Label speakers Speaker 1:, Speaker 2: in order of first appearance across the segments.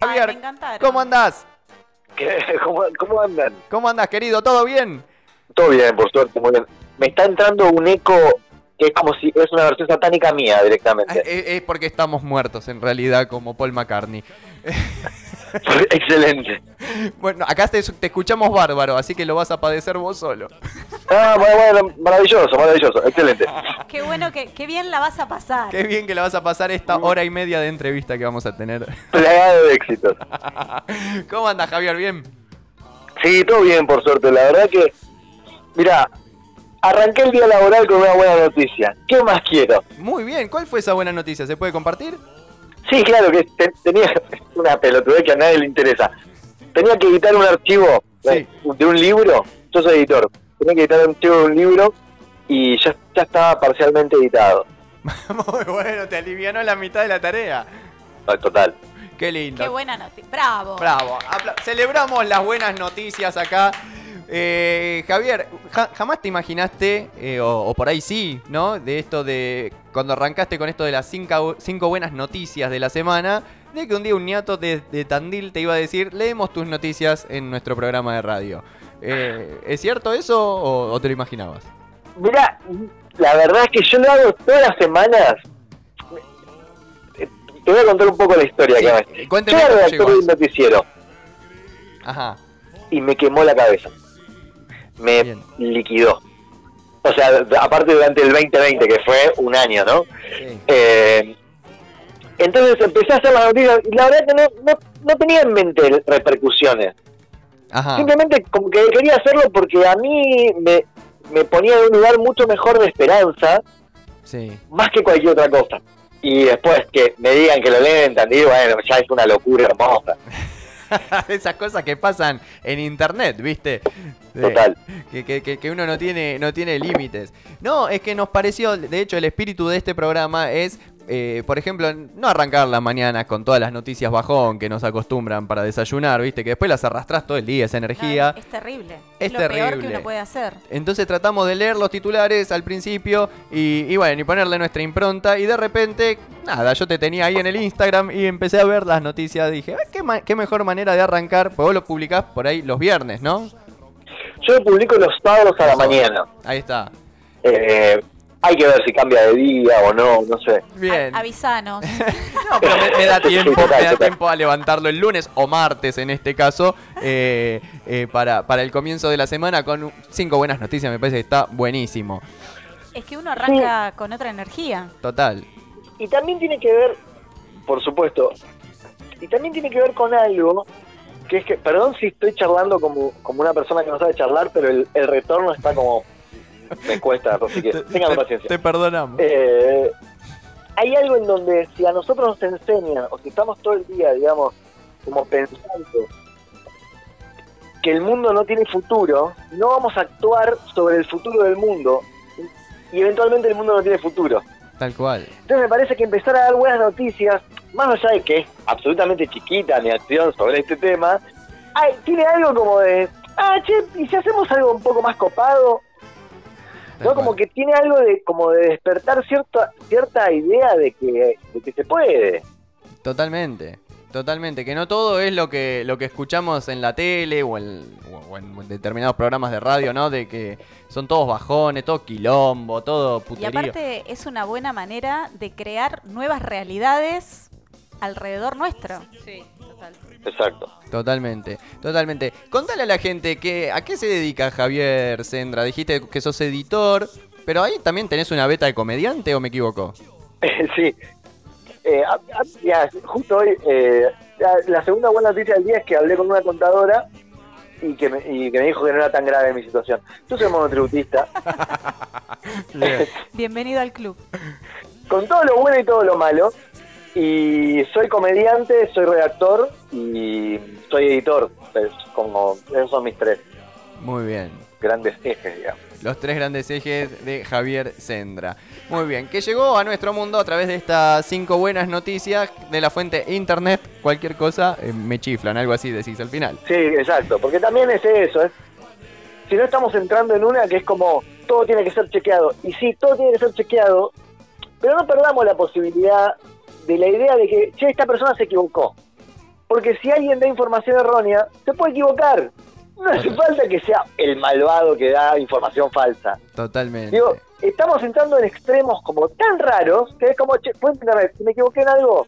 Speaker 1: Javier.
Speaker 2: me encantaron.
Speaker 1: ¿Cómo andás?
Speaker 3: ¿Qué? ¿Cómo, ¿Cómo andan?
Speaker 1: ¿Cómo andás, querido? ¿Todo bien?
Speaker 3: Todo bien, por suerte, muy bien. Me está entrando un eco que es como si es una versión satánica mía
Speaker 1: Es,
Speaker 3: directamente.
Speaker 1: es eh, porque estamos muertos, en realidad, como Paul McCartney.
Speaker 3: Excelente.
Speaker 1: Bueno, acá te, te escuchamos bárbaro, así que lo vas a padecer vos solo.
Speaker 3: Ah, bueno, bueno, maravilloso, maravilloso, excelente.
Speaker 2: Qué bueno, que, qué bien la vas a pasar.
Speaker 1: Qué bien que la vas a pasar esta hora y media de entrevista que vamos a tener.
Speaker 3: Plagado de éxitos.
Speaker 1: ¿Cómo andás, Javier? ¿Bien?
Speaker 3: Sí, todo bien, por suerte. La verdad que, mira, arranqué el día laboral con una buena noticia. ¿Qué más quiero?
Speaker 1: Muy bien. ¿Cuál fue esa buena noticia? ¿Se puede compartir?
Speaker 3: Sí, claro que te- tenía una pelotudez que a nadie le interesa. Tenía que editar un archivo
Speaker 1: Sí.
Speaker 3: eh, de un libro. Yo soy editor. Tenía que editar un archivo de un libro y ya, ya estaba parcialmente editado.
Speaker 1: Muy bueno, te alivianó la mitad de la tarea.
Speaker 3: Ah, Total.
Speaker 1: Qué lindo.
Speaker 2: Qué buena noticia. Bravo.
Speaker 1: Bravo. Apla- Celebramos las buenas noticias acá. Eh, Javier, ja- jamás te imaginaste, eh, o, o por ahí sí, ¿no? De esto de cuando arrancaste con esto de las cinco, cinco buenas noticias de la semana, de que un día un niato de, de Tandil te iba a decir, leemos tus noticias en nuestro programa de radio. Eh, ¿Es cierto eso o, o te lo imaginabas?
Speaker 3: Mira, la verdad es que yo lo hago todas las semanas. Eh, Te voy a contar un poco la historia
Speaker 1: Sí,
Speaker 3: que me-
Speaker 1: eh, cuénteme
Speaker 3: Yo era
Speaker 1: cómo
Speaker 3: redactor
Speaker 1: llegó a
Speaker 3: de un
Speaker 1: eso.
Speaker 3: noticiero
Speaker 1: Ajá.
Speaker 3: y me quemó la cabeza. Me
Speaker 1: Bien.
Speaker 3: liquidó. O sea, d- aparte durante el 2020, que fue un año, ¿no?
Speaker 1: sí.
Speaker 3: Eh, entonces empecé a hacer las noticias y la verdad que no, no, no tenía en mente repercusiones.
Speaker 1: Ajá.
Speaker 3: Simplemente como que quería hacerlo porque a mí me, me ponía en un lugar mucho mejor de esperanza
Speaker 1: Sí.
Speaker 3: más que cualquier otra cosa. Y después que me digan que lo leen, entendí, bueno, ya es una locura hermosa.
Speaker 1: Esas cosas que pasan en internet, ¿viste? Sí.
Speaker 3: Total.
Speaker 1: Que, que- que- que uno no tiene, no tiene límites. No, es que nos pareció, de hecho, el espíritu de este programa es, eh, por ejemplo, no arrancar las mañanas con todas las noticias bajón que nos acostumbran para desayunar, ¿viste? Que después las arrastrás todo el día, esa
Speaker 2: No,
Speaker 1: energía.
Speaker 2: es terrible.
Speaker 1: ah. Es
Speaker 2: lo peor que
Speaker 1: terrible.
Speaker 2: uno puede hacer.
Speaker 1: Entonces tratamos de leer los titulares al principio y, y bueno, y ponerle nuestra impronta. Y de repente, nada, yo te tenía ahí en el Instagram y empecé a ver las noticias. Dije, "Ah, ¿qué, ma- qué mejor manera de arrancar? Pues vos lo publicás por ahí los viernes, ¿no?
Speaker 3: Yo lo publico los sábados a la mañana.
Speaker 1: Ahí está.
Speaker 3: Eh, hay que ver si cambia de día o no, no sé.
Speaker 1: Bien.
Speaker 2: A- avisanos.
Speaker 1: No, pero me, me da tiempo, me
Speaker 3: Sí,
Speaker 1: da
Speaker 3: total.
Speaker 1: tiempo a levantarlo el lunes o martes en este caso eh, eh, para, para el comienzo de la semana con cinco buenas noticias. Me parece que está buenísimo.
Speaker 2: es que uno arranca con otra energía.
Speaker 1: Total.
Speaker 3: Y también tiene que ver, por supuesto, y también tiene que ver con algo que es que, perdón si estoy charlando como, como una persona que no sabe charlar, pero el, el retorno está como. Me cuesta, así que
Speaker 1: Te-
Speaker 3: tengan
Speaker 1: te-
Speaker 3: paciencia.
Speaker 1: te perdonamos.
Speaker 3: Eh, hay algo en donde si a nosotros nos enseñan, o si estamos todo el día, digamos, como pensando que el mundo no tiene futuro, no vamos a actuar sobre el futuro del mundo y eventualmente el mundo no tiene futuro.
Speaker 1: Tal cual.
Speaker 3: Entonces me parece que empezar a dar buenas noticias, más allá de que es absolutamente chiquita mi acción sobre este tema, ay, tiene algo como de, ah, che, ¿y si hacemos algo un poco más copado?
Speaker 1: tal
Speaker 3: ¿No? Como
Speaker 1: cual.
Speaker 3: que tiene algo de como de despertar cierta cierta idea de que, de que se puede.
Speaker 1: Totalmente. Totalmente, que no todo es lo que lo que escuchamos en la tele o, en- o- o en determinados programas de radio, ¿no? De que son todos bajones, todo quilombo, todo
Speaker 2: Y
Speaker 1: puterío.
Speaker 2: aparte es una buena manera de crear nuevas realidades alrededor nuestro.
Speaker 4: Sí, total.
Speaker 3: Exacto.
Speaker 1: Totalmente, totalmente. Contale a la gente que a qué se dedica Javier Sendra. Dijiste que sos editor, pero ahí también tenés una beta de comediante o me equivoco.
Speaker 3: sí. Eh, a- a- ya, justo hoy, eh, la- la segunda buena noticia del día es que hablé con una contadora y que me, y que me dijo que no era tan grave mi situación. Yo soy monotributista,
Speaker 2: Bienvenido al club.
Speaker 3: con todo lo bueno y todo lo malo, y soy comediante, soy redactor y soy editor. Es como, esos son mis tres
Speaker 1: Muy bien.
Speaker 3: grandes ejes, digamos.
Speaker 1: Los tres grandes ejes de Javier Sendra. Muy bien, que llegó a nuestro mundo a través de estas cinco buenas noticias de la fuente internet. Cualquier cosa eh, me chiflan, algo así decís al final.
Speaker 3: Sí, exacto, porque también es eso, ¿eh? Si no estamos entrando en una que es como todo tiene que ser chequeado, y sí, todo tiene que ser chequeado, pero no perdamos la posibilidad de la idea de que, che, esta persona se equivocó. Porque si alguien da información errónea, se puede equivocar. No hace falta que sea el malvado que da información falsa.
Speaker 1: Totalmente.
Speaker 3: Digo, estamos entrando en extremos como tan raros que es como, che, pueden tener- si me equivoqué en algo,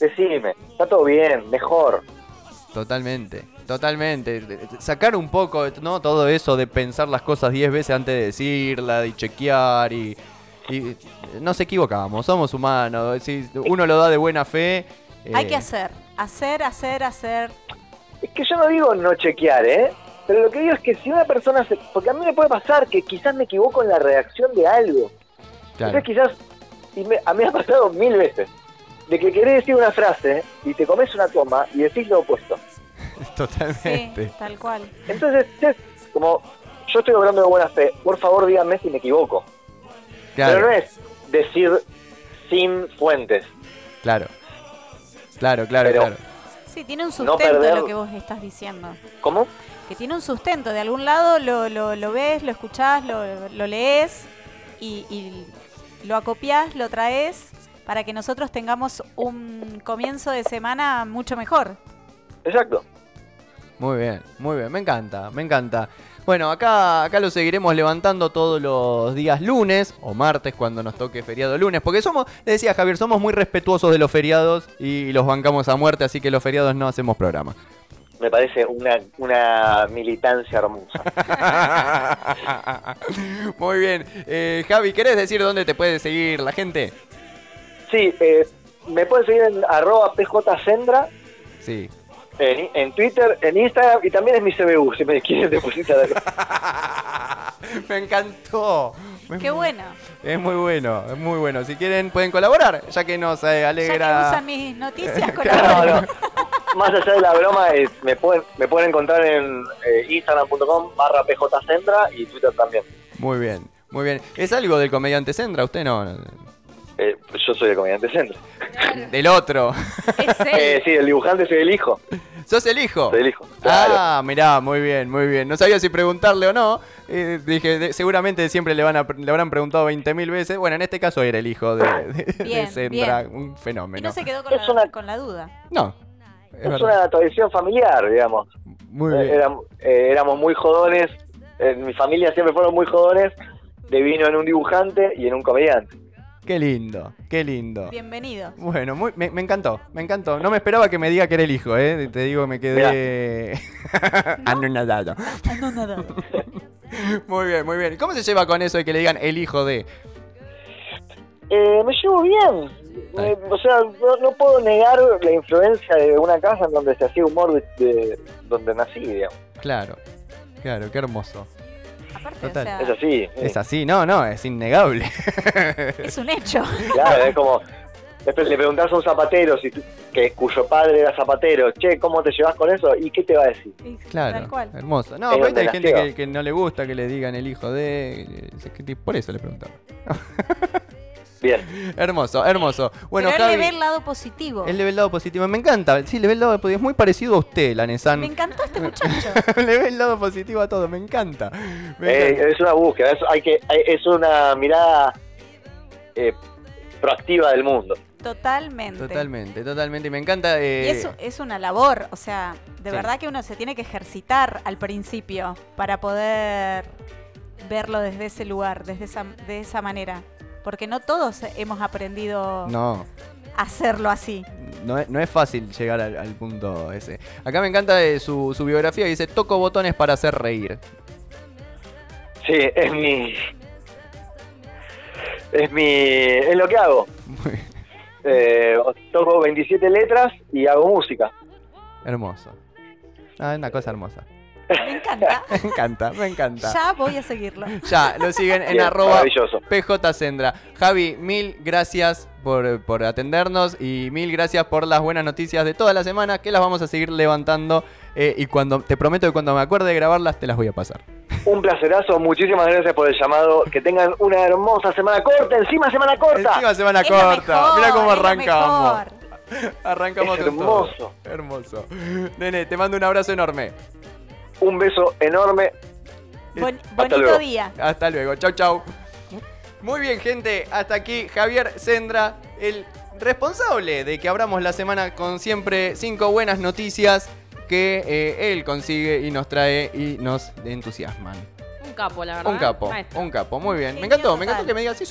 Speaker 3: decime, está todo bien, mejor.
Speaker 1: Totalmente, totalmente. De- de- Sacar un poco, ¿no? Todo eso de pensar las cosas 10 veces antes de decirla, y chequear y, y nos equivocamos, somos humanos. Si uno lo da de buena fe. eh,
Speaker 2: Hay que hacer, hacer, hacer, hacer.
Speaker 3: Es que yo no digo no chequear, ¿eh? Pero lo que digo es que si una persona se... Porque a mí me puede pasar que quizás me equivoco en la redacción de algo.
Speaker 1: claro.
Speaker 3: Entonces quizás... Y me- a mí me ha pasado mil veces. De que querés decir una frase y te comes una toma y decís lo opuesto.
Speaker 2: Sí,
Speaker 1: Totalmente.
Speaker 2: tal cual.
Speaker 3: Entonces, es como... Yo estoy hablando de buena fe. Por favor, díganme si me equivoco.
Speaker 1: Claro,
Speaker 3: Pero no es decir sin fuentes.
Speaker 1: claro. Claro, claro,
Speaker 3: Pero-
Speaker 1: claro.
Speaker 2: Sí, tiene un
Speaker 3: No
Speaker 2: sustento
Speaker 3: perder-
Speaker 2: lo que vos estás diciendo.
Speaker 3: ¿Cómo?
Speaker 2: Que tiene un sustento. De algún lado lo, lo, lo ves, lo escuchás, lo, lo lees y, y lo acopiás, lo traes para que nosotros tengamos un comienzo de semana mucho mejor.
Speaker 3: Exacto.
Speaker 1: Muy bien, muy bien. Me encanta, me encanta. Bueno, acá, acá lo seguiremos levantando todos los días lunes o martes cuando nos toque feriado lunes. Porque somos, le decía Javier, somos muy respetuosos de los feriados y los bancamos a muerte, así que los feriados no hacemos programa.
Speaker 3: Me parece una, una militancia hermosa.
Speaker 1: muy bien. Eh, Javi, ¿querés decir dónde te puede seguir la gente?
Speaker 3: Sí, eh, me pueden seguir en arroba pjsendra,
Speaker 1: Sí.
Speaker 3: en, en Twitter, en Instagram y también es mi CBU, si me quieren depositar algo.
Speaker 1: me encantó.
Speaker 2: Qué bueno.
Speaker 1: Es muy bueno, es muy bueno. Si quieren pueden colaborar, ya que nos eh,
Speaker 2: Ya que
Speaker 1: alegra.
Speaker 2: usan mis noticias con
Speaker 3: No, no. Más allá de la broma, es- me, pueden, me pueden encontrar en eh, instagram.com barra pjsendra y Twitter también.
Speaker 1: Muy bien, muy bien. ¿Es algo del comediante Sendra? Usted no.
Speaker 3: Eh, yo soy el comediante Sendra.
Speaker 1: Del otro.
Speaker 2: Es
Speaker 3: Eh, sí, el dibujante soy el hijo.
Speaker 1: ¿Sos el hijo?
Speaker 3: Soy el hijo. Claro.
Speaker 1: Ah, mirá, muy bien, muy bien. No sabía si preguntarle o no. Eh, dije, de- seguramente siempre le, van a pre- le habrán preguntado 20.000 veces. Bueno, en este caso era el hijo de, de- de
Speaker 2: Bien,
Speaker 1: Sendra.
Speaker 2: bien.
Speaker 1: Un
Speaker 2: Y
Speaker 1: fenómeno.
Speaker 2: no se quedó con,
Speaker 3: Es
Speaker 2: la,
Speaker 3: una-
Speaker 2: con la duda.
Speaker 1: No, es
Speaker 3: es
Speaker 1: verdad.
Speaker 3: una tradición familiar, digamos.
Speaker 1: Muy
Speaker 3: Eh,
Speaker 1: bien.
Speaker 3: éram- eh, éramos muy jodones, en mi familia siempre fueron muy jodones, de vino en un dibujante y en un comediante.
Speaker 1: Qué lindo, qué lindo.
Speaker 2: Bienvenido.
Speaker 1: Bueno, muy- me, me encantó, me encantó. No me esperaba que me diga que era el hijo, ¿eh? Te digo, me quedé anonadado.
Speaker 2: No, no, no.
Speaker 1: Muy bien, muy bien. ¿Cómo se lleva con eso de que le digan el hijo de?
Speaker 3: Eh, me llevo bien, Me- o sea, no, no puedo negar la influencia de una casa en donde se hacía humor de, de- donde nací, digamos.
Speaker 1: Claro, claro, qué hermoso.
Speaker 2: Aparte,
Speaker 1: Total.
Speaker 2: o
Speaker 3: Es
Speaker 2: sea,
Speaker 3: así, eh,
Speaker 1: Es así, no, no, es innegable.
Speaker 2: es un hecho.
Speaker 3: claro, es como... después Le preguntás a un zapatero si tú- que cuyo padre era zapatero, che, ¿cómo te llevas con eso? ¿Y qué te va a decir?
Speaker 2: Y
Speaker 1: Claro,
Speaker 2: Tal cual.
Speaker 1: hermoso. No,
Speaker 3: Es
Speaker 1: pero ahorita hay
Speaker 3: donde
Speaker 1: gente
Speaker 3: nació.
Speaker 1: que, que no le gusta que le digan el hijo de. es que te- Por eso le preguntaba.
Speaker 3: Bien,
Speaker 1: Hermoso, hermoso. Bueno,
Speaker 2: Pero él
Speaker 1: Javi,
Speaker 2: le ve el lado positivo.
Speaker 1: él le ve el lado positivo. Me encanta, sí, le ve el lado positivo. Es muy parecido a usted, la Nesan.
Speaker 2: Me encantó este muchacho.
Speaker 1: le ve el lado positivo a todo, me encanta. Me
Speaker 3: Eh,
Speaker 1: encanta.
Speaker 3: es una búsqueda, es, hay que, hay- es una mirada eh, proactiva del mundo.
Speaker 2: Totalmente.
Speaker 1: Totalmente, totalmente. Y me encanta.
Speaker 2: eh, Y
Speaker 1: eh,
Speaker 2: es, es una labor, o sea, de
Speaker 1: Sí.
Speaker 2: verdad que uno se tiene que ejercitar al principio para poder verlo desde ese lugar, desde esa, de esa manera. Porque no todos hemos aprendido
Speaker 1: No.
Speaker 2: a hacerlo así.
Speaker 1: No es, no es fácil llegar al, al punto ese. Acá me encanta eh, su, su biografía que dice, toco botones para hacer reír.
Speaker 3: Sí, es mi. Es mi. Es lo que hago.
Speaker 1: Muy bien.
Speaker 3: Eh, toco 27 letras y hago música.
Speaker 1: hermoso. Ah, es una cosa hermosa.
Speaker 2: Me encanta.
Speaker 1: Me encanta, me encanta. Ya,
Speaker 2: ya voy a seguirlo.
Speaker 1: lo siguen en
Speaker 3: Bien,
Speaker 1: arroba
Speaker 3: Maravilloso.
Speaker 1: PJ Sendra. Javi, mil gracias por, por atendernos y mil gracias por las buenas noticias de toda la semana que las vamos a seguir levantando eh, y cuando te prometo que cuando me acuerde de grabarlas te las voy a pasar.
Speaker 3: Un placerazo. Muchísimas gracias por el llamado. Que tengan una hermosa semana corta. Encima, semana corta.
Speaker 1: Encima semana
Speaker 2: Es lo
Speaker 1: corta,
Speaker 2: mejor,
Speaker 1: mira cómo
Speaker 2: es lo
Speaker 1: arrancamos.
Speaker 2: mejor.
Speaker 1: Arrancamos
Speaker 3: Es
Speaker 1: con todo.
Speaker 3: hermoso.
Speaker 1: Hermoso. Nene, te mando un abrazo enorme.
Speaker 3: Un beso enorme.
Speaker 2: Bon-
Speaker 3: Hasta
Speaker 2: bonito
Speaker 3: luego.
Speaker 2: día.
Speaker 1: Hasta luego. Chau, chau. Muy bien, gente. Hasta aquí Javier Sendra, el responsable de que abramos la semana con siempre cinco buenas noticias que eh, él consigue y nos trae y nos entusiasman.
Speaker 4: Un capo, la verdad.
Speaker 1: Un capo,
Speaker 4: Maestro.
Speaker 1: un capo, muy bien. Me
Speaker 2: Genio
Speaker 1: encantó, me
Speaker 2: total.
Speaker 1: encantó que me digas eso.